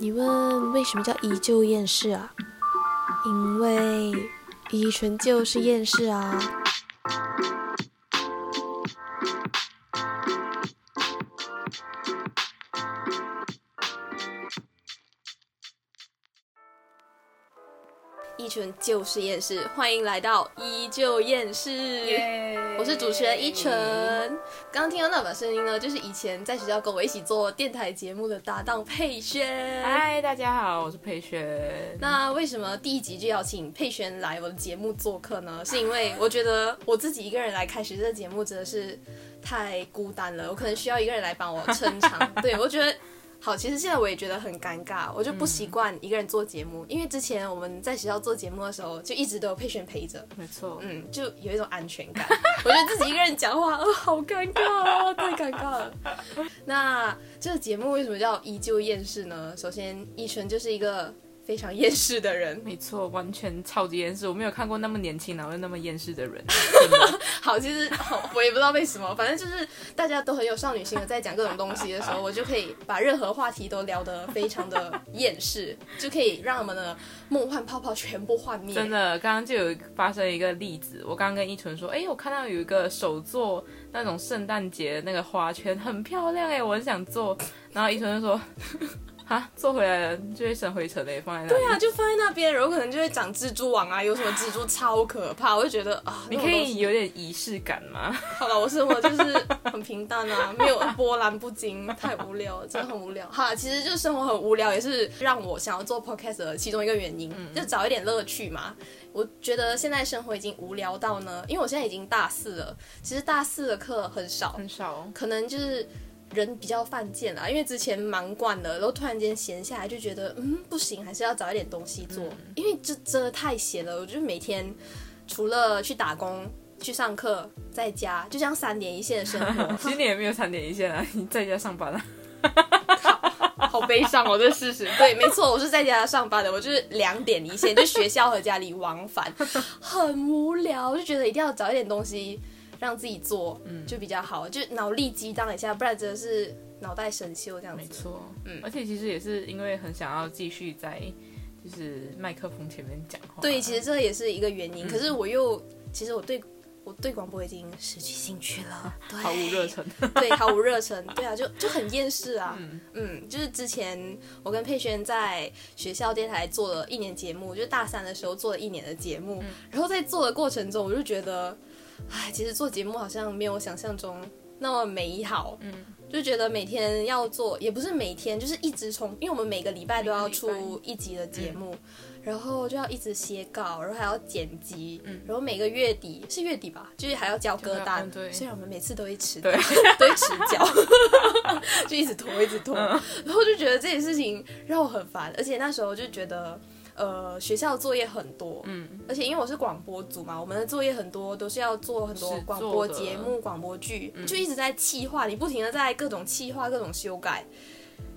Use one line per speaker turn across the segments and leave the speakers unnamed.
疑问：为什么叫依旧厌世啊？因为依纯就是厌世啊。依纯就是厌世，欢迎来到依旧厌世。我是主持人依纯。刚刚听到那把声音呢，就是以前在学校跟我一起做电台节目的搭档佩轩。
嗨，大家好，我是佩璇。
那为什么第一集就邀请佩璇来我的节目做客呢？是因为我觉得我自己一个人来开始这个节目真的是太孤单了，我可能需要一个人来帮我撑场。对我觉得。好，其实现在我也觉得很尴尬，我就不习惯一个人做节目，因为之前我们在学校做节目的时候，就一直都有佩璇陪着，
没错，
嗯，就有一种安全感。 我觉得自己一个人讲话，哦， 好尴尬啊，太尴尬了。那这个节目为什么叫依旧厌世呢？首先，依纯就是一个非常厌世的人。
没错，完全超级厌世。我没有看过那么年轻然后又那么厌世 的人。
好，其实好，我也不知道为什么，反正就是大家都很有少女心的，在讲各种东西的时候，我就可以把任何话题都聊得非常的厌世， 就可以让我们的梦幻泡泡全部幻灭。
真的，刚刚就有发生一个例子。我刚刚跟依纯说，哎、我看到有一个手做那种圣诞节的那个花圈，很漂亮哎、我很想做。然后依纯就说， 哈，做回来了就会省灰尘嘞，放在那里。
对啊，就放在那边，然后可能就会长蜘蛛网啊，有什么蜘蛛超可怕，我就觉得啊，
你
那
可
种东西
以有点仪式感吗？
好了，我生活就是很平淡啊，没有波澜不惊，太无聊了，真的很无聊。好啦，其实就是生活很无聊，也是让我想要做 podcast 的其中一个原因，就找一点乐趣嘛。我觉得现在生活已经无聊到呢，因为我现在已经大四了，其实大四的课很少，
很少。
可能就是人比较犯贱啊啦，因为之前忙惯了，然后突然间闲下来就觉得，嗯，不行，还是要找一点东西做，
嗯
因为这真的太闲了。我就每天除了去打工、去上课，在家就这样三点一线的生活，
其实你也没有三点一线啊，你在家上班啊。
好悲 伤哦，这事实。对，没错，我是在家上班的，我就是两点一线，就学校和家里往 返，很无聊，我就觉得一定要找一点东西让自己做，
嗯
就比较好，就脑力激荡一下，不然真的是脑袋神修这样
没
子。
错，嗯，而且其实也是因为很想要继续在就是麦克风前面讲话。
对，其实这也是一个原
嗯
因。可是我又，其实我对我对广播已经失去兴趣 了，对，
毫无热，忱。
对，毫无热忱，对啊，就就很厌世啊。嗯就是之前我跟佩轩在学校电台做了一年节目，就是大三的时候做了一年的节目，
嗯
然后在做的过程中，我就觉得，唉，其实做节目好像没有想象中那么美好。嗯。就觉得每天要做，也不是每天，就是一直重，因为我们每个礼拜都要
每个礼拜
出一集的节目，然后就要一直写稿，然后还要剪辑，然后每个月底是月底吧，就是还要交歌单。
嗯对
虽然我们每次都会迟到，
对
都会迟交， 就一直拖，一直拖。然后就觉得这件事情让我很烦，而且那时候就觉得。呃，学校作业很多，嗯，而且因为我是广播组嘛，我们的作业很多，都是要做很多
是
广播
做的
节目、广播剧，就一直在气化，你不停的在各种气化、各种修改，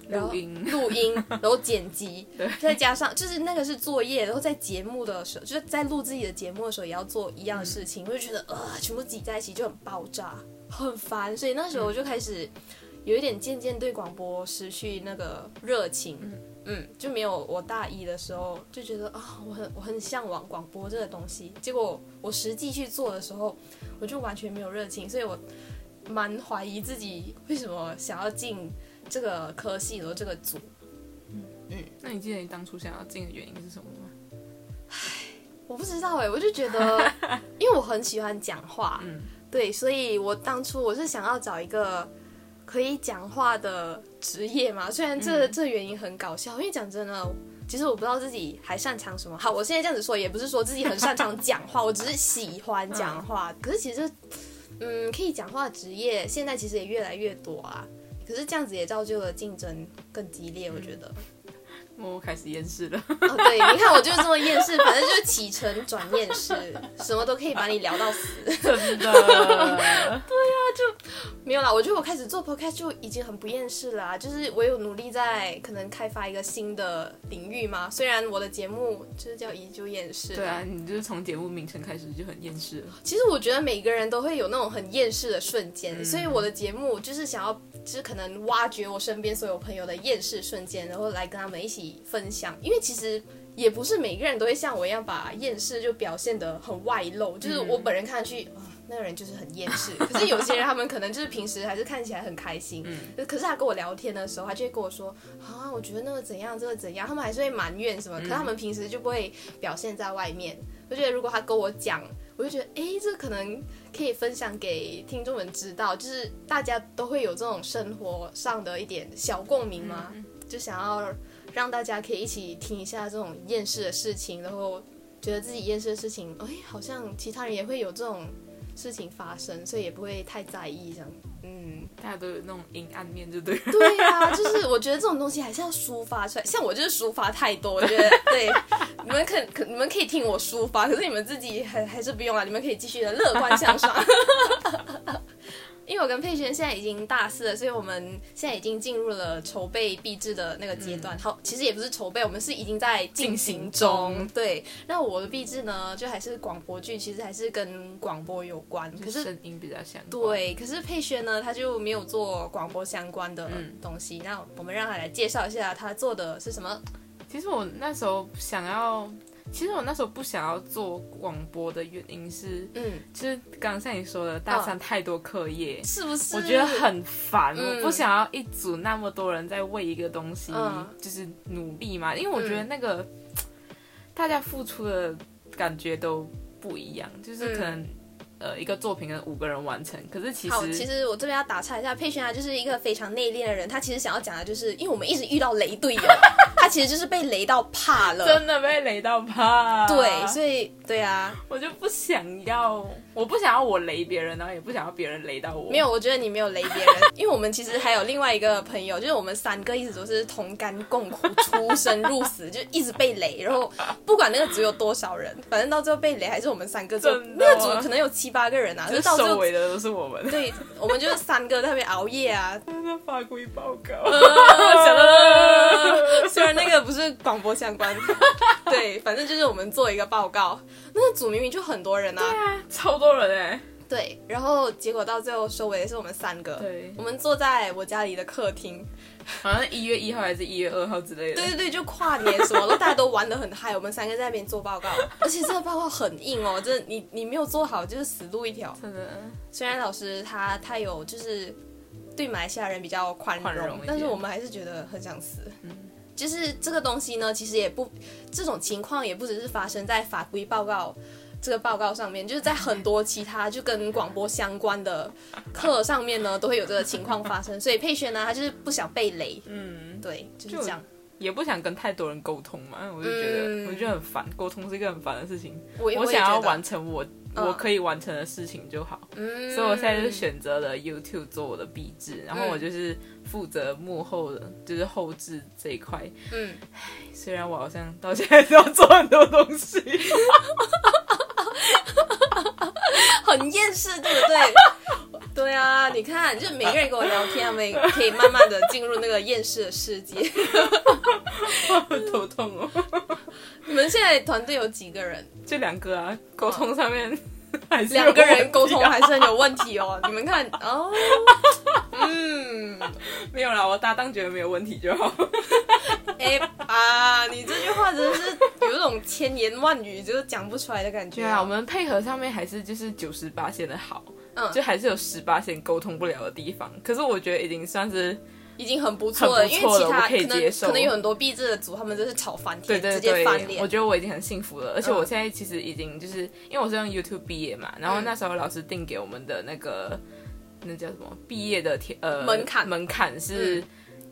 然后
录音
录 音，然后剪辑，再加上就是那个是作业，然后在节目的时候，就是在录自己的节目的时候也要做一
嗯
样的事情，我就觉得呃，全部挤在一起就很爆炸，很烦，所以那时候我就开始有一点渐渐对广播失去那个热情。嗯就没有我大一的时候就觉得啊、我很我很向往广播这个东西。结果我实际去做的时候，我就完全没有热情，所以我蛮怀疑自己为什么想要进这个科系，然后这个组。
那你记得你当初想要进的原因是什么吗？
我不知道哎、我就觉得，因为我很喜欢讲话，对，所以我当初我是想要找一个可以讲话的职业嘛。虽然这、这原因很搞笑，因为讲真的，其实我不知道自己还擅长什么。好，我现在这样子说，也不是说自己很擅长讲话，我只是喜欢讲话。可是其实，嗯，可以讲话的职业现在其实也越来越多啊。可是这样子也造就了竞争更激烈，我觉得。
我开始厌世 了。
哦，对，你看我就是这么厌世，反正就是起承转厌 世，什么都可以把你聊到死。
真的，
没有啦，我觉得我开始做 podcast 就已经很不厌世啦、就是我有努力在可能开发一个新的领域嘛。虽然我的节目就是叫依旧厌世，
对啊，你就是从节目名称开始就很厌世了。
其实我觉得每个人都会有那种很厌世的瞬间，所以我的节目就是想要，就是可能挖掘我身边所有朋友的厌世瞬间，然后来跟他们一起分享。因为其实也不是每个人都会像我一样把厌世就表现得很外露，就是我本人看上去。啊那个人就是很厌世，可是有些人他们可能就是平时还是看起来很开心，可是他跟我聊天的时候，他就会跟我说啊，我觉得那个怎样，这个怎样，他们还是会埋怨什么，可是他们平时就不会表现在外面。我觉得如果他跟我讲，我就觉得诶，这可能可以分享给听众们知道，就是大家都会有这种生活上的一点小共鸣嘛，就想要让大家可以一起听一下这种厌世的事情，然后觉得自己厌世的事情，哎，好像其他人也会有这种事情发生，所以也不会太在意这样。嗯，
大家都有那种阴暗面，就对了。
对啊，就是我觉得这种东西还是要抒发出来。像我就是抒发太多，我觉得对，你们可可你们可以听我抒发，可是你们自己还还是不用啊，你们可以继续的乐观向上。因为我跟佩轩现在已经大四了，所以我们现在已经进入了筹备毕制的那个阶段。好，其实也不是筹备，我们是已经在嗯进行中。
进行中
对，那我的毕制呢，就还是广播剧，其实还是跟广播有关，可是
声音比较像。，
对，可是佩轩呢，他就没有做广播相关的
嗯
东西。那我们让他来介绍一下他做的是什么。
其实我那时候想要，其实我那时候不想要做广播的原因是，
嗯，
就是刚刚像你说的，大三太多课业。
是不是？
我觉得很烦，
嗯
我不想要一组那么多人在为一个东西、
嗯
就是努力嘛，因为我觉得那个、大家付出的感觉都不一样，就是可能、呃一个作品可能五个人完成，可是其
嗯好。
实
其实我这边要打岔一下，佩轩他就是一个非常内敛的人。他其实想要讲的就是，因为我们一直遇到雷队 友，他其实就是被雷到怕了。
真的啊被雷到怕，
对，
以
所以对啊，
我就不想要，我不想要我雷别人，然后也不想要别人雷到我，
没有，我觉得你没有雷别人，因为我们其实还有另外一个朋友，就是我们三个一直都是同甘共苦，出生入死，就一直被雷，然后不管那个组有多少人，反正到最后被雷还是我们三个组，
真
那
的啊
个组可能有七八个人啊，
就
就是到最嗯
收
后
尾的都是我们，
对，我们就是三个在那边熬夜啊。
那法规报告，
嗯想到了虽然那个不是广播相关，对，反正就是我们做一个报告，那个组明明就很多人啊，
超多人哎、
对，然后结果到最后收尾的是我们三个，
对
我们坐在我家里的客厅，
好像一月一号还是一月二号之类的，
对对对，就跨年什么，然后大家都玩的很嗨，我们三个在那边做报告， 而且这个报告很硬哦，真的，你你没有做好就是死路一条。
真的。
虽然老师他他有就是对马来西亚人比较宽容，嗯
宽容一点
但是我们还是觉得很想死。就是这个东西呢，其实也不这种情况也不只是发生在法规报告。这个报告上面，就是在很多其他就跟广播相关的课上面呢，都会有这个情况发生。所以佩轩呢，他就是不想被雷，
嗯，
对，就是
就
这样。
也不想跟太多人沟通嘛，我就觉得、
嗯
我就觉得很烦，沟通是一个很烦的事情。
我也
我
我也
想要
觉得
完成我、我可以完成的事情就好，
嗯嗯
所以我现在就选择了 YouTube 做我的壁纸，然后我就是负责幕后的，就是后置这一块。
嗯，
虽然我好像到现在都要做很多东西，
很厌世，对不对？ 对啊，你看，就是每个人跟我聊天，他们也可以慢慢的进入那个厌世的世界。
头痛哦。
你们现在团队有几个人？
这两个啊，沟通上面还是有
哦两个人沟
问题
通
啊
还是很有问题 哦。你们看哦，嗯，
没有啦，我搭档觉得没有问题就好。
哎啊，你这句话真的是有一种千言万语就是讲不出来的感觉。
对啊，我们配合上面还是就是九十八线的好，
嗯
就还是有十八线沟通不了的地方。可是我觉得已经算是
已经很不错了，
很不
因
错
为
了
其他
我可以接
能
受
可能有很多励志的组，他们就是吵翻
对
天，
对
直接
对
翻，
我
脸。
觉得我已经很幸福了。而且
嗯嗯
我现在其实已经就是因为我是用 YouTube 毕业嘛，然后那时候老师定给我们的那个那叫什么毕业的铁呃
门槛嗯
门槛是。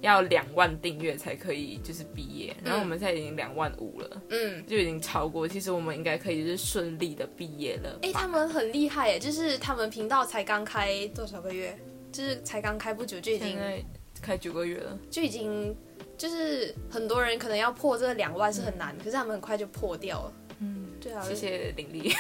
要两万订阅才可以，就是毕业。然后我们现在已经两万五了，
嗯。
就已经超过。其实我们应该可以就是顺利的毕业了吧。
哎、他们很厉害耶，就是他们频道才刚开多少个月，就是才刚开不久就已
现
经
在开九个月了，
就已经就是很多人可能要破这两万是很
嗯
难，可是他们很快就 破掉了。嗯，对啊，
谢谢林丽。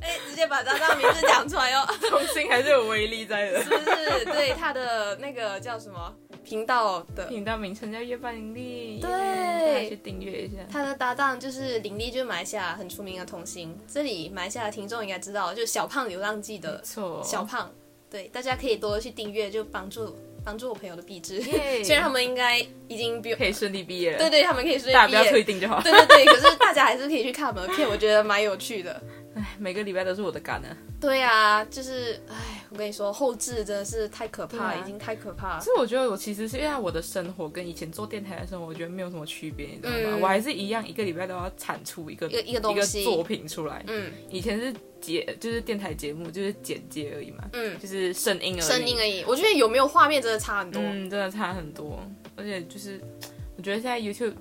哎、直接把张大名字讲出来 哟、哦，
重新还是有威力在 的。
是不是？对他的那个叫什么频道的，
频道名称叫月半盈利，
对
大家去订阅一下。
他的搭档就是林立，就是马来西亚很出名的童星。这里马来西亚的听众应该知道，就是小胖流浪记的
错，
小胖。对，大家可以多多去订阅，就帮助帮助我朋友的壁纸。
耶
虽然他们应该已经不用，
可以顺利毕业了。
对对，他们可以顺
大家
利
不
毕
要退
业。
订就好。
对对对，可是大家还是可以去看我们的片，我觉得蛮有趣 的。
唉每个礼拜都是我的感恩。
对啊，就是哎，我跟你说，后置真的是太可怕，
对啊
已经太可怕了
其。实我觉得我其实是因为我的生活跟以前做电台的生活，我觉得没有什么区别，你知道吗？
嗯
我还是一样，一个礼拜都要产出一个
一个一个东西
作品出来。
嗯
以前是节就是电台节目，就是简介而已嘛，
嗯，
就是声音而已。
声音而已。我觉得有没有画面真的差很多。
嗯，真的差很多。而且就是，我觉得现在 YouTube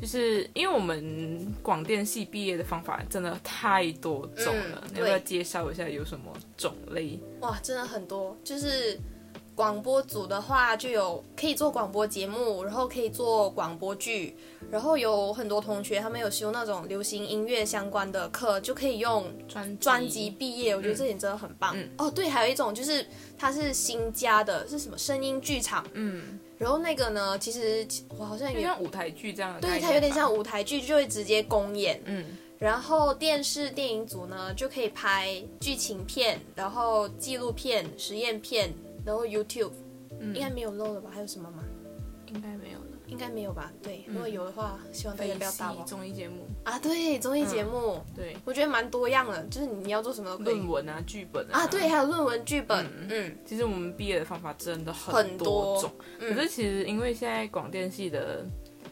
就是因为我们广电系毕业的方法真的太多种了，
嗯
你要不要
对
介绍一下有什么种类？
哇，真的很多。就是广播组的话，就有可以做广播节目，然后可以做广播剧，然后有很多同学他们有修那种流行音乐相关的课，就可以用
专
专辑毕业。我觉得这点真的很棒。
嗯
哦，对，还有一种就是它是新加的，是什么声音剧场？
嗯，
然后那个呢，其实我好像
有点
也。
像舞台剧这样的概
对，
念吧，
它有点像舞台剧，就会直接公演。
嗯。
然后电视电影组呢，就可以拍剧情片，然后纪录片、实验片，然后 YouTube，、应该没有漏了吧？还有什么吗？
应该没有了。
嗯应该没有吧？对，如果有的话，希望大家不要打我嗯
综艺节目，
啊！对，综艺节目，
对，
我觉得蛮多样的，就是你要做什么都可
论
以
文啊、剧本
啊。对，，还有论文、剧本，嗯，
其实我们毕业的方法真的
很
多
多
种，
嗯
可是其实因为现在广电系的，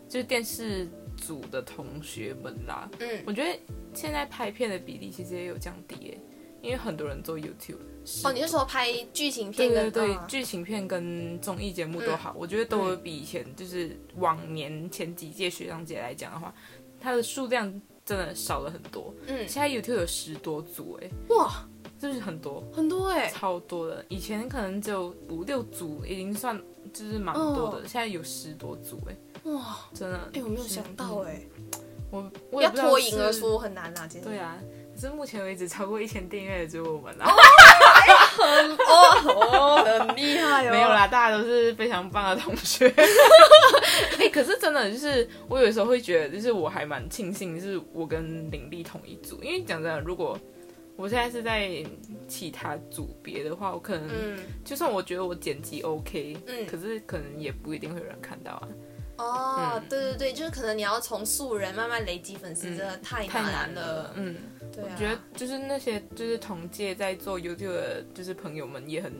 就是电视组的同学们啦，
嗯
我觉得现在拍片的比例其实也有降低耶，因为很多人做 YouTube。
哦，你是说拍剧情
对
片
对
跟
对，
啊
剧情片跟综艺节目
嗯
都好，我觉得都有比以前就是往年前几届学长姐来讲的话，它的数量真的少了很多。
嗯，
现在 YouTube 有十多组，哎，
哇，
是不是很多？
很多哎、
超多的，以前可能只有五六组，已经算就是蛮多的，
哦
现在有十多组哎、
哇，
真的。哎
哎、我没有想到哎、
我我也
要
不知道
脱颖
是
而。出很难啦，其实。
对啊，可是目前为止超过一千订阅的只有我们啦，
哦，很厉 害
没有，啦，大家都是非常棒的同 学。哎、可是真的就是我有时候会觉得，就是我还蛮庆幸，就是我跟林丽同一组，因为讲真的，如果我现在是在其他组别的话，我可能、
嗯，
就算我觉得我剪辑 OK，
嗯
可是可能也不一定会有人看到啊。
哦，
嗯
对对对，就是可能你要从素人慢慢累积粉丝，真的太
太
难
难了，嗯，
对啊，
我觉得就是那些就是同届在做 YouTube 的，就是朋友们也很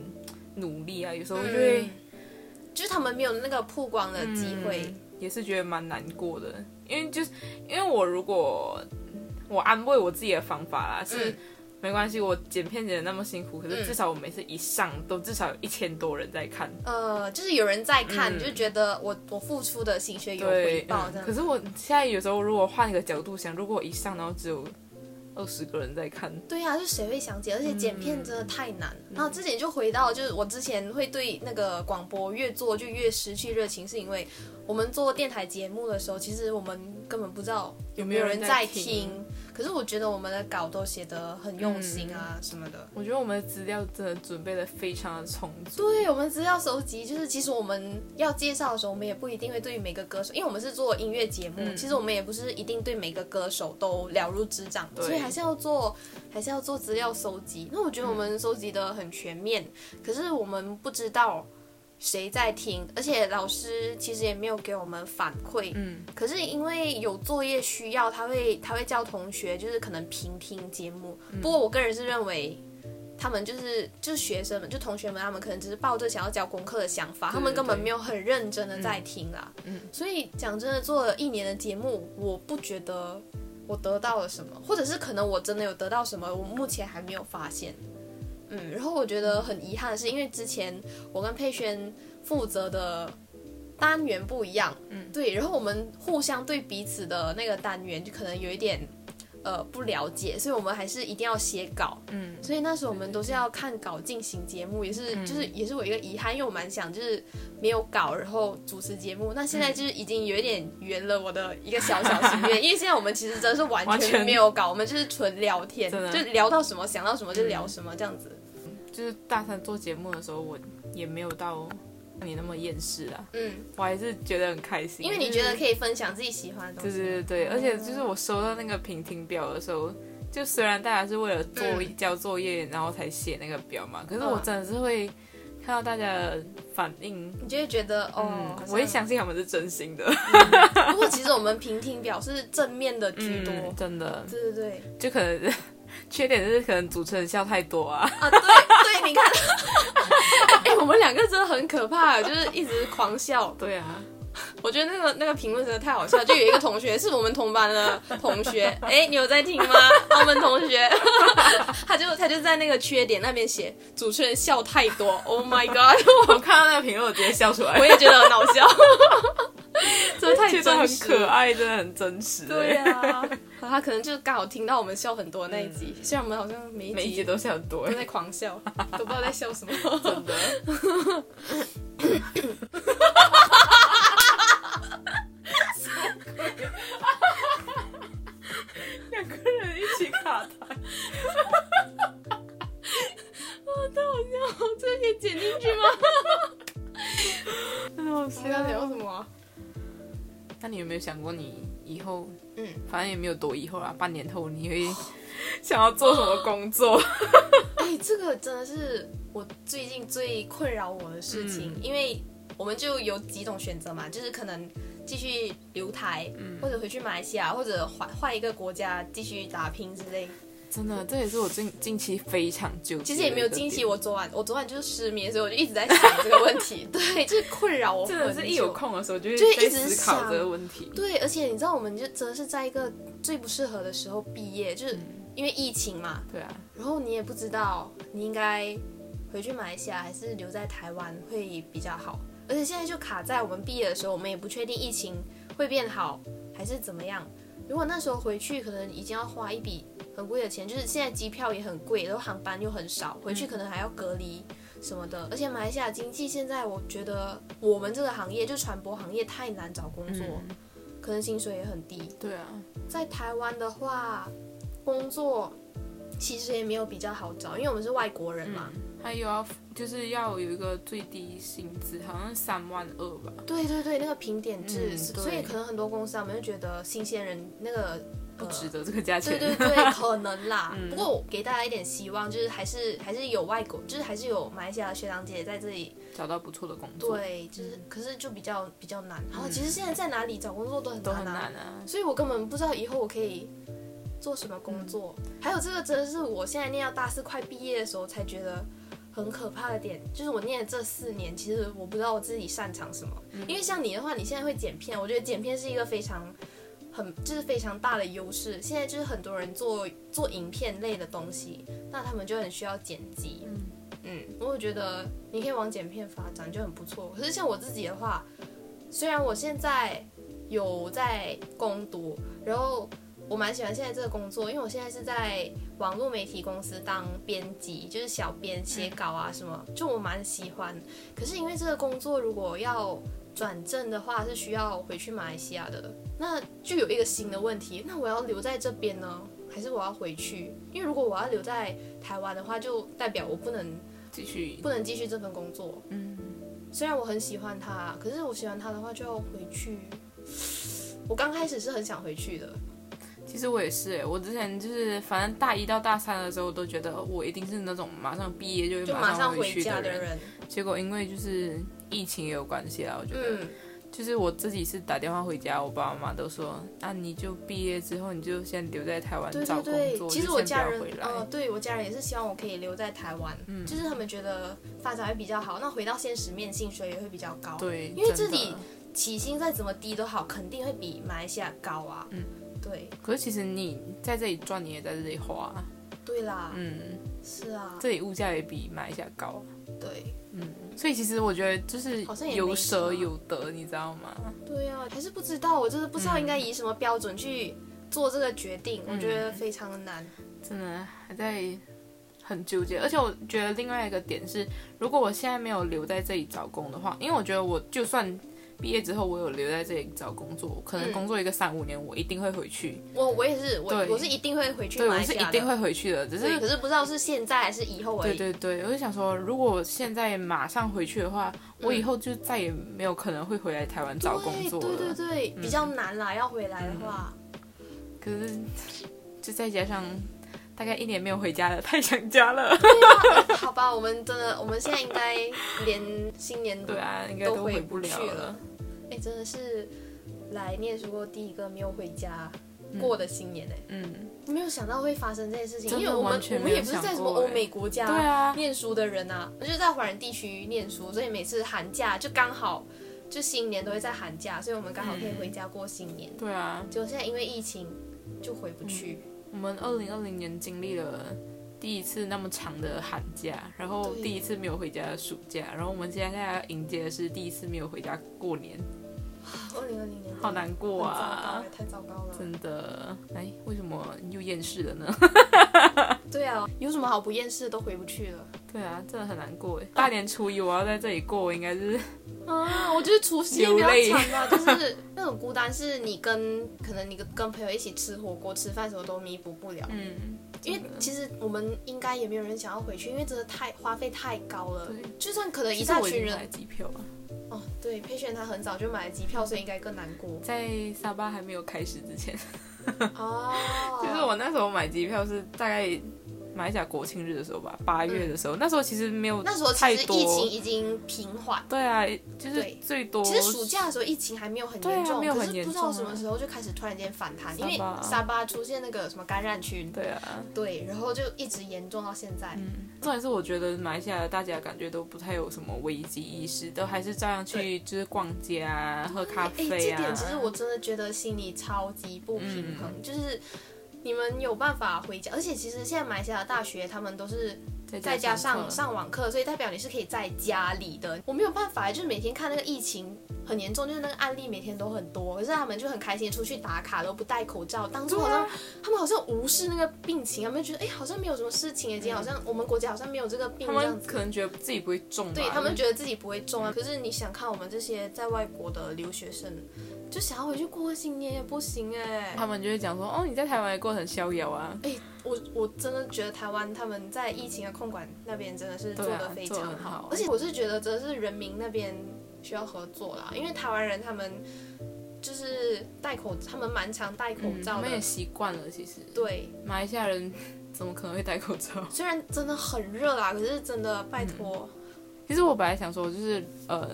努力啊，有时候就会、嗯
嗯就是他们没有那个曝光的机会。
也是觉得蛮难过的，因为就是因为我如果我安慰我自己的方法啦是。
嗯
没关系，我剪片剪的那么辛苦，可是
嗯
至少我每次一上都至少有一千多人在看，
呃，就是有人在看，
嗯
就觉得我我付出的心血有回
对，
报，
嗯
这样
可是我现在有时候如果换一个角度想，如果我一上然后只有二十个人在看，
对呀、啊，就谁会想起？而且剪片真的太难了。然后之前就回到，就是我之前会对那个广播越做就越失去热情，是因为我们做电台节目的时候，其实我们根本不知道有没有人在
有没有人在
听
听。
可是我觉得我们的稿都写得很用心啊，什么的。
我觉得我们的资料真的准备的非常的充足。
对我们资料收集，就是其实我们要介绍的时候，我们也不一定会对于每个歌手，因为我们是做音乐节目，其实我们也不是一定对每个歌手都了如指掌，
对
所以还是要做，还是要做资料收集。那我觉得我们收集的很全面，可是我们不知道谁在听，而且老师其实也没有给我们反馈，
嗯，
可是因为有作业需要，他会他会叫同学就是可能平听节目。
嗯
不过我个人是认为，他们就是就是学生们，就同学们，他们可能只是抱着想要交功课的想法，
对
他们根本
对
没有很认真的在听啦。
嗯
所以讲真的，做了一年的节目，我不觉得我得到了什么，或者是可能我真的有得到什么，我目前还没有发现。嗯，然后我觉得很遗憾的是，因为之前我跟佩轩负责的单元不一样，嗯，对，然后我们互相对彼此的那个单元就可能有一点，呃不了解，所以我们还是一定要写稿。
嗯，
所以那时候我们都是要看稿进行节目，也是就是也是我一个遗憾，因为我蛮想就是没有稿，然后主持节目。那现在就是已经有一点圆了我的一个小小心 愿，因为现在我们其实真的是完
完
全
全
没有稿，我们就是纯聊天，
真的嗯
就聊到什么想到什么就聊什么这样子。
就是大三做节目的时候，我也没有到像你那么厌世啊，
嗯，
我还是觉得很开心。
因为你觉得可以分享自己喜欢的东
对
西。
对对对，而且就是我收到那个评听表的时候，就虽然大家是为了做
嗯
交作业然后才写那个表嘛，可是
嗯
我真的是会看到大家的反应，
你就会觉得哦，好
嗯，
像
我会相信他们是真心的，
不过其实我们评听表是正面的居多，
嗯真的，
对对对，
就可能 缺点就是可能主持人笑太多啊，
啊，对对，你看， 哎、我们两个真的很可怕，就是一直狂笑。
对啊，
我觉得那个那个评论真的太好笑，就有一个同学是我们同班的同 学，哎、你有在听吗？澳门同学， 他就他就在那个缺点那边写主持人笑太多，Oh my god，
我看到那个评论我直接笑出来
我，也觉得很好 笑，真的太
觉得
真
很
实
可
了。
爱，真的很真实、欸，
对啊，他可能就是刚好听到我们笑很多那一集，虽然我们好像每一
嗯每一集
集
都是很多、
都
欸，
在狂笑，都不知道在笑什么。
真的。两个人一起卡台，
好笑，这个可以剪进去吗？
真的好
我们要聊什么啊？
那你有没有想过，你以后，
嗯，
反正也没有多以后啦，半年后你会想要做什么工作？
哎、这个真的是我最近最困扰我的
嗯
事情，因为我们就有几种选择嘛，就是可能继续留台，
嗯
或者回去马来西亚，或者换换一个国家继续打拼之类。
真的，这也是我近近期非常纠结。
其实也没有惊喜，
我，
我昨晚我昨晚就是失眠，所以我就一直在想这个问题， 对，就是困扰我很
真
久。
的是一有空的时候就会
就会
在
一直
思考
想
这个问题。
对，而且你知道，我们就真的是在一个最不适合的时候毕业，就是因为疫情嘛，
对啊，
然后你也不知道你应该回去马来西亚还是留在台湾会比较好，而且现在就卡在我们毕业的时候，我们也不确定疫情会变好还是怎么样。如果那时候回去，可能已经要花一笔很贵的钱，就是现在机票也很贵，然后航班又很少，回去可能还要隔离什么的。而且马来西亚经济现在，我觉得我们这个行业就传播行业太难找工作，可能薪水也很低。
嗯对啊，
在台湾的话，工作其实也没有比较好找，因为我们是外国人嘛。
还有要就是要有一个最低薪资，好像三万二吧。
对对对，那个评点制，
嗯对
所以可能很多公司他们就觉得新鲜人那个呃
不值得这嗯个价
对
钱。
对对，可能啦。不过我给大家一点希望，就是还是还是有外国，就是还是有马来西亚的学长姐在这里。
找到不错的嗯工作，
对，就是、可是就比较比较难。然后其实现在在哪里找工作都很
都很
难啊
难啊。
所以我根本不知道以后我可以做什么工作。还有这个真的是我现在念到大四快毕业的时候才觉得很可怕的点，就是我念的这四年，其实我不知道我自己擅长什么。因为像你的话，你现在会剪片，我觉得剪片是一个非常。很就是非常大的优势，现在就是很多人做做影片类的东西，那他们就很需要剪辑，
嗯
嗯，我觉得你可以往剪片发展就很不错。可是像我自己的话，虽然我现在有在攻读，然后我蛮喜欢现在这个工作，因为我现在是在网络媒体公司当编辑，就是小编写稿啊什么，就我蛮喜欢。可是因为这个工作如果要转正的话，是需要回去马来西亚的，那就有一个新的问题，那我要留在这边呢， 还是我要回去？因为如果我要留在台湾的话，就代表我不能
继续，
不能继续这份工作。
嗯，
虽然我很喜欢他，可是我喜欢他的话就要回去。我刚开始是很想回去的，
其实我也是哎，我之前就是反正大一到大三的时候，我都觉得我一定是那种马上毕业就
就
会
马上
回
回
去
家
人。
人。嗯
结果因为就是疫情也有关系啊，我觉得、
嗯，
就是我自己是打电话回家，我爸爸妈妈都说，那、你就毕业之后你就先留在台湾
对
找
对
工作，
对，其实
就
我
先
家
不
人
要回，来。嗯
呃，对我家人也是希望我可以留在台湾，就是他们觉得发展会比较好，那回到现实面，薪水也会比较高。
对，
因为
真
这里
的
起薪再怎么低都好，肯定会比马来西亚高啊。嗯，对，
可是其实你在这里赚，你也在这里花，
对啦，
嗯，
是啊，
这里物价也比马来西亚高，
对，
所以其有我觉得就是
好像也
有
没什
舍
么
有得，你知道吗？嗯
对啊，还是不知道，我就是不知道应该以什么标准去做这个决定，我觉得非常的难。
真的还在很纠结。而且我觉得另外一个点是，如果我现在没有留在这里找工的话，因为我觉得我就算毕业之后我有留在这里找工作，我可能
嗯
工作一个三五年，我一定会回去。
我我也是，我
对
我是一定会回去
对，
马
我
来
是
西
一
亚的
定会回去的，只
对，
是
可。是不知道是现在还是以后而
对
已。
对对，我就想说，如果我现在马上回去的话，
嗯
我以后就再也没有可能会回来台湾找工作了。嗯
对对对对，比较难啦，要回来的话。
可是，就再加上大概一年没有回家了，太想家了。
对啊好吧，我们真的，我们现在应该连新年
对啊，应该
都
回
回
不
不
了
去了。哎，真的是来念书过第一个没有回家过的新年哎、
嗯，
没有想到会发生这件事情，
真的
因为我们
完全
我
没
们
有
也不是在什么
想过
欧
哎
美国
对
家
啊，
念书的人啊，我就是在华人地区念书，所以每次寒假就刚好就新年都会在寒假，所以我们刚好可以回家过新年。
对啊，
结果现在因为疫情就回不去，
我们二零二零年经历了。第一次那么长的寒假，然后
对
第一次没有回家的暑假，然后我们现在要迎接的是第一次没有回家过年，
啊二零二零年
好难过啊！
很糟糕了太糟糕了。
真的，哎，为什么又厌世了呢？
对啊，有什么好不厌世的都回不去了
对啊，真的很难过哎。大年初一我要在这里过，我应该是
啊！我觉得除夕
流
比较
泪
惨吧，就是那种孤单，是你跟可能你跟跟朋友一起吃火锅、吃饭什么都弥补不了。
嗯，
因为其实我们应该也没有人想要回去，因为真的太花费太高了
对。
就算可能一
其实
大
我已
群
经
人
买机票了，
哦，对，佩璇她很早就买了机票，所以应该更难 过
在沙巴还没有开始之前，
哦。
就是我那时候买机票是大概马来西亚国庆日的时候吧，八月的时候，那时候其实没有
那时候其
太
实
多
疫情已经平缓，
对啊，就是
对
最多
其实暑假的时候疫情还没有很严
哦对
重，
啊没有
可
很
是
严
不知
重啊
道什么时候就开始突然间反弹，因为
沙巴啊
沙巴出现那个什么感染群，
对嗯啊，
对，然后就一直严重到现在。
重点是我觉得马来西亚大家感觉都不太有什么危机意识，都还是照样去就是逛街啊、喝咖
哎、
啡
这
啊嗯
点。其实我真的觉得心里超级不平衡，就是你们有办法回家，而且其实现在马来西亚的大学他们都是在家上
课
上网课，所以代表你是可以在家里的。我没有办法，就是每天看那个疫情很严重，就是那个案例每天都很多，可是他们就很开心地出去打卡，都不戴口罩，当初好像、
啊
他们好像无视那个病情，他们就觉得哎、好像没有什么事情，已经好像我们国家好像没有这个病
嗯他
这样
们
子。
可能觉得自己不会中吧，
对他们
就
觉得自己不会中啊。可是你想看我们这些在外国的留学生，就想要回去过个新年也不行哎、
他们就会讲说，哦，你在台湾也过得很逍遥啊，
哎、我我真的觉得台湾他们在疫情的控管那边真的是做
对啊
得非常
做得很好
而且我是觉得真的是人民那边需要合作啦，因为台湾人他们就是戴口，他们蛮常戴口
嗯他
罩的
们，也习惯了。其实
对，
马来西亚人怎么可能会戴口罩？
虽然真的很热啦，可是真的
嗯
拜托，
其实我本来想说，就是呃，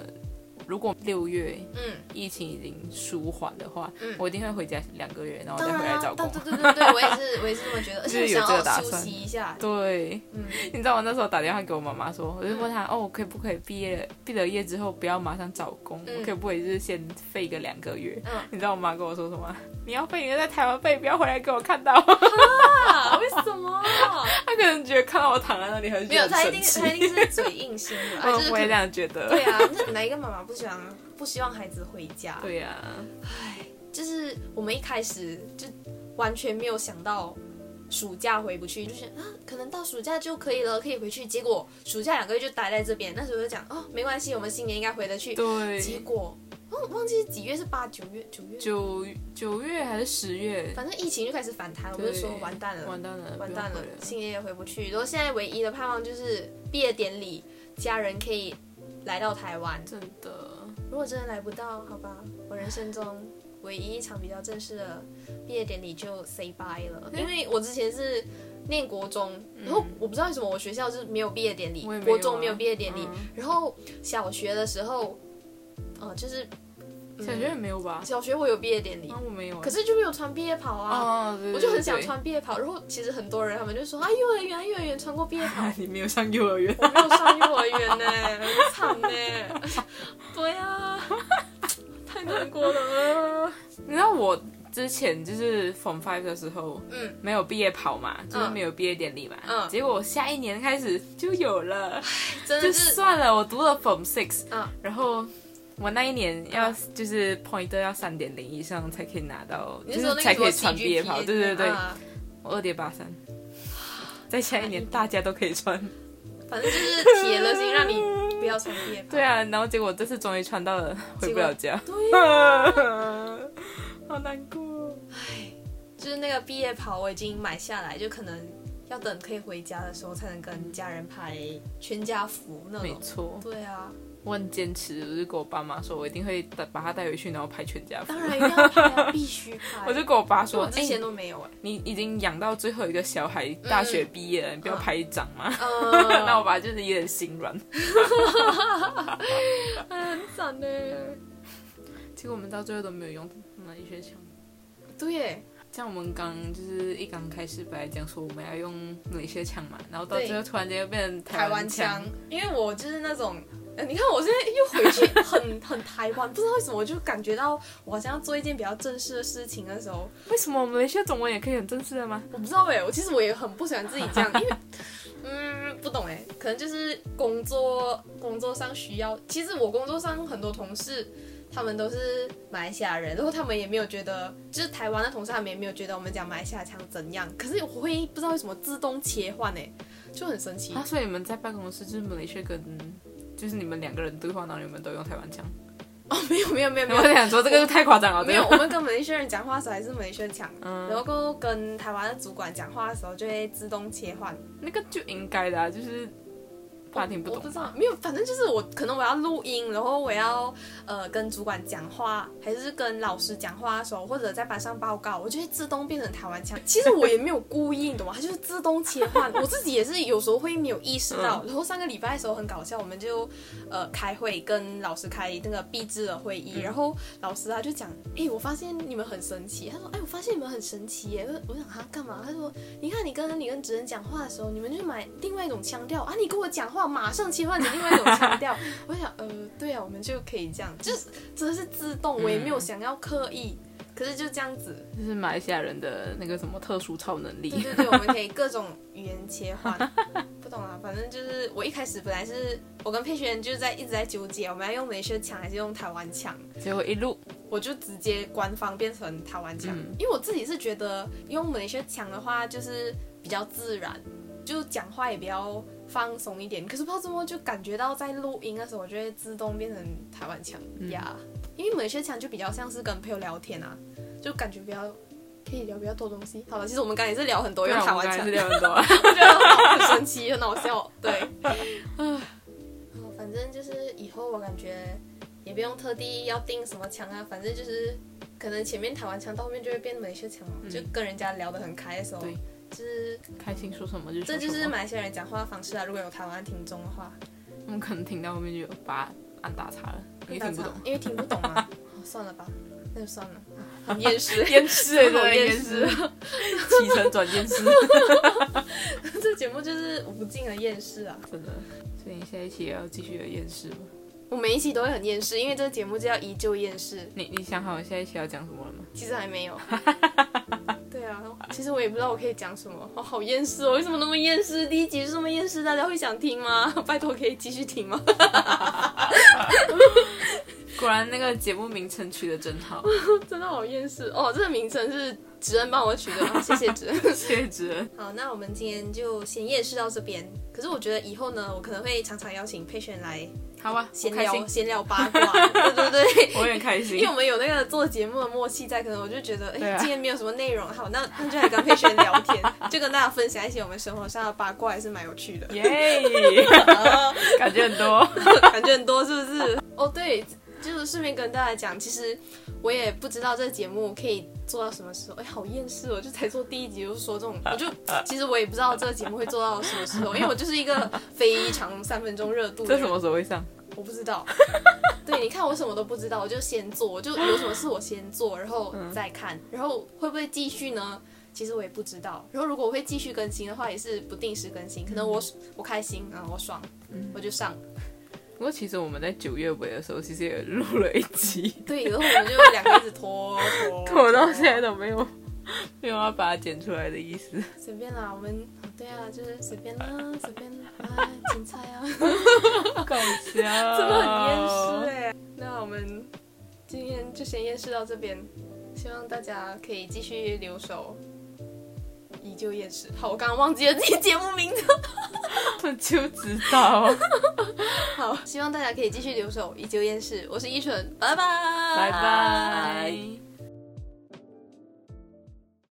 如果六月
嗯
疫情已经舒缓的话，
嗯
我一定会回家两个月，然后
当
再回
然
来
啊
找，
但
工。
对对对对，我也是我也是这么觉得，而且我
就是有
想
这个
要
打
休
算
息一下，
对，
嗯。
你知道我那时候打电话给我妈妈说，我就问她，哦，我可以不可以毕业毕了业之后不要马上找工，
嗯
我可以不可以就是先废个两个月？
嗯
你知道我妈跟我说什么？你要废你就在台湾废，不要回来给我看到。
啊为什么？
她可能觉得看到我躺在那里很
没 有，他一定
生
他一
气。
定 是嘴硬心 的啊，
我
就是
我也
可
这样觉得。
对啊，那哪一个妈妈不想不希望孩子回家？
对呀、
就是我们一开始就完全没有想到暑假回不去，就是啊，可能到暑假就可以了，可以回去。结果暑假两个月就待在这边，那时候就讲哦，没关系，我们新年应该回得去。结
对，
果忘忘记是几月是八九月九月，
九九月还是十月？
反正疫情就开始反弹，我们就说
对
完蛋了，
完蛋了，
完蛋
不
了
用回，
新年也回不去。然后现在唯一的盼望就是毕业典礼，家人可以来到台湾。
真的，
如果真的来不到，好吧，我人生中唯一一场比较正式的毕业典礼就 say bye 了，
嗯
因为我之前是。念国中，然后我不知道为什么我学校是没有毕业典礼，
我也没有啊
国中没有毕业典礼，然后小学的时候，呃，就是、嗯
小学也没有吧？
小学我有毕业典礼，
啊，我没有啊。
可是就没有穿毕业袍啊，
啊，对
我就很想。
对对
穿毕业袍，然后其实很多人他们就说啊，幼儿园啊幼儿园穿过毕业袍
啊，，你没有上幼儿园，
我没有上幼儿园呢、很惨呢、 对啊， 太难过了。
你知道我之前就是 Form Five 的时候，
嗯，
没有毕业跑嘛，就是
嗯
没有毕业典礼嘛，
嗯
结果我下一年开始就有了，
真
就
的是
算了，我读了 Form Six，
嗯
然后我那一年要就是 pointer 要三点零以上才可以拿到，
你
就是
说
是
那
才
个
可以
什么
穿毕业袍。
CGPA
对对对，
啊
我二点八三，再下一年大家都可以穿。
反正就是铁了心让你不要穿毕业袍。
对啊，然后结果这次终于穿到了，回不了家，
对啊
好难过。
就是那个毕业袍我已经买下来，就可能要等可以回家的时候才能跟家人拍全家福那
没
种。
错，
对啊，
我很坚持，我就跟我爸妈说，我一定会带把他带回去，然后拍全家福
当。然一定要拍啊，必须拍。
我就跟我爸
就
说，
我之前
欸
都嗯没有哎、
你已经养到最后一个小孩，大学毕业了，你不要
嗯
拍一张吗？
嗯，
那我爸就是有点心软。
很惨欸呢。
结果我们到最后都没有用那一学枪。
对耶，
像我们刚就是一刚开始本来讲说我们要用哪些枪嘛，然后到
对
最后突然间又变成
台
湾
湾腔，因为我就是那种。呃你看，我现在又回去 很很台湾，不知道为什么，我就感觉到我好像要做一件比较正式的事情的时候，
为什么我们那些中文也可以很正式的吗？
我不知道哎、我其实我也很不喜欢自己这样， 因为，嗯，不懂哎、可能就是工作工作上需要。其实我工作上很多同事，他们都是马来西亚人，然后他们也没有觉得，就是台湾的同事，他们也没有觉得我们讲马来西亚腔怎样。可是我会不知道为什么自动切换哎、就很神奇
啊，。所以你们在办公室就是马来西亚跟就是你们两个人对话，然后你们都用台湾 腔。
哦， 没有没有没有没有
我想说这个就太夸张 了，
没
这
有，
个
我们跟马来西亚人讲话的时候还是马来西亚人腔，
嗯
然后过后跟台湾的主管讲话的时候就会自动切换。
那个就应该的啊，就是怕听不
我不
懂
知道
嘛。，
没有，反正就是我可能我要录音，然后我要呃跟主管讲话，还是跟老师讲话的时候，或者在班上报告，我就会自动变成台湾腔。 其实我也没有故意，你懂吗？它就是自动切换。我自己也是有时候会没有意识到。然后上个礼拜的时候很搞笑，我们就呃开会跟老师开那个闭制的会议，然后老师他啊就讲，诶，我发现你们很神奇。他说，哎，我发现你们很神奇耶。我我想他干嘛？他说，你看你跟你跟职人讲话的时候，你们就买另外一种腔调啊，你跟我讲话马上切换成另外一种腔调。我想，呃，对啊，我们就可以这样，就是真的是自动，我也没有想要刻意，可是就这样子。
就是马来西亚人的那个什么特殊超能
对
力，
对对，我们可以各种语言切换。不懂啊，反正就是我一开始本来是我跟佩璇就是在一直在纠结，我们要用美式腔还是用台湾腔。
结果一路
我就直接官方变成台湾腔，
嗯
因为我自己是觉得用马来西亚腔的话就是比较自然，就讲话也比较放松一点。可是不知道怎么就感觉到在录音的时候，我就会自动变成台湾腔
嗯
呀因为马来西亚腔就比较像是跟朋友聊天啊，就感觉比较可以聊比较多东西。好了，其实我们刚才也是聊很多
对
用
啊
台
我们
湾腔
刚才是，聊很多 啊。
我觉得很好神奇，很好笑。 对，唉嗯反正就是以后我感觉也不用特地要定什么墙啊，反正就是可能前面台湾墙到后面就会变美式墙嘛，
嗯
就跟人家聊得很开的时候，
对
就是
开心说什么就说
这就
什
是
么
马来西亚人讲话的方式啊。如果有台湾听众的话，
我们可能听到后面就把按打叉了，因为听不懂。。
因为听不懂 嘛，哦算了吧，那就算了，很 厌世
厌世欸，真的
厌
厌世， 起承转厌 世，
这节目就是无尽的厌世啊！
真的。所以你下一期也要继续的厌世吗？
我每一期都会很厌世，因为这个节目就叫依旧厌世。
你你想好下一期要讲什么了吗？
其实还没 有。对啊，其实我也不知道我可以讲什么，我好厌世哦！为什么那么厌世？第一集是这么厌世，大家会想听吗？ 拜托，可以继续听吗？
果然那个节目名称取得真好，
真的好厌世哦！这个名称是职恩帮我取的，谢谢职恩。
谢谢。
好，那我们今天就先夜市到这边。可是我觉得以后呢，我可能会常常邀请佩璇来
好啊，我
闲
开
聊
心，
闲聊八 卦，对对对。
我也开心
因为。我们有那个做节目的默契在，可能我就觉得，哎、
对啊
今天没有什么内容，好，那那就来跟佩璇聊天，就跟大家分享一些我们生活上的八卦，还是蛮有趣的。
耶， 感觉很多。
哦感觉很多，是不是？哦，对，就是顺便跟大家讲，其实我也不知道这个节目可以做到什么时候。哎，好厌世哦！就才做第一集就说这种，我就其实我也不知道这个节目会做到什么时 候，因为我就是一个非常三分钟热度的
这
人。
什么时候会上？
我不知 道。对，你看我什么都不知道，我就先做，我就有什么事我先做，然后再看，然后会不会继续呢？其实我也不知道。然后如果我会继续更新的话，也是不定时更新，可能我我开心啊，我爽，我就上。
不过其实我们在九月尾的时候，其实也录了一 集，
对，然后我们就两个一直拖 拖
我到现在都没有没有要把它剪出来的意思。
随便啦，我们对啊，就是随便啦，随便啦，啊，芹菜 啊，哦
搞笑， 真
真的很厌世
哎。
哎、那我们今天就先厌世到这边，希望大家可以继续留守。依旧厌世。好，我刚刚忘记了自己节目名字。
我 就知道，
好，希望大家可以继续留守，依旧厌世。我是依纯，拜拜，
拜拜。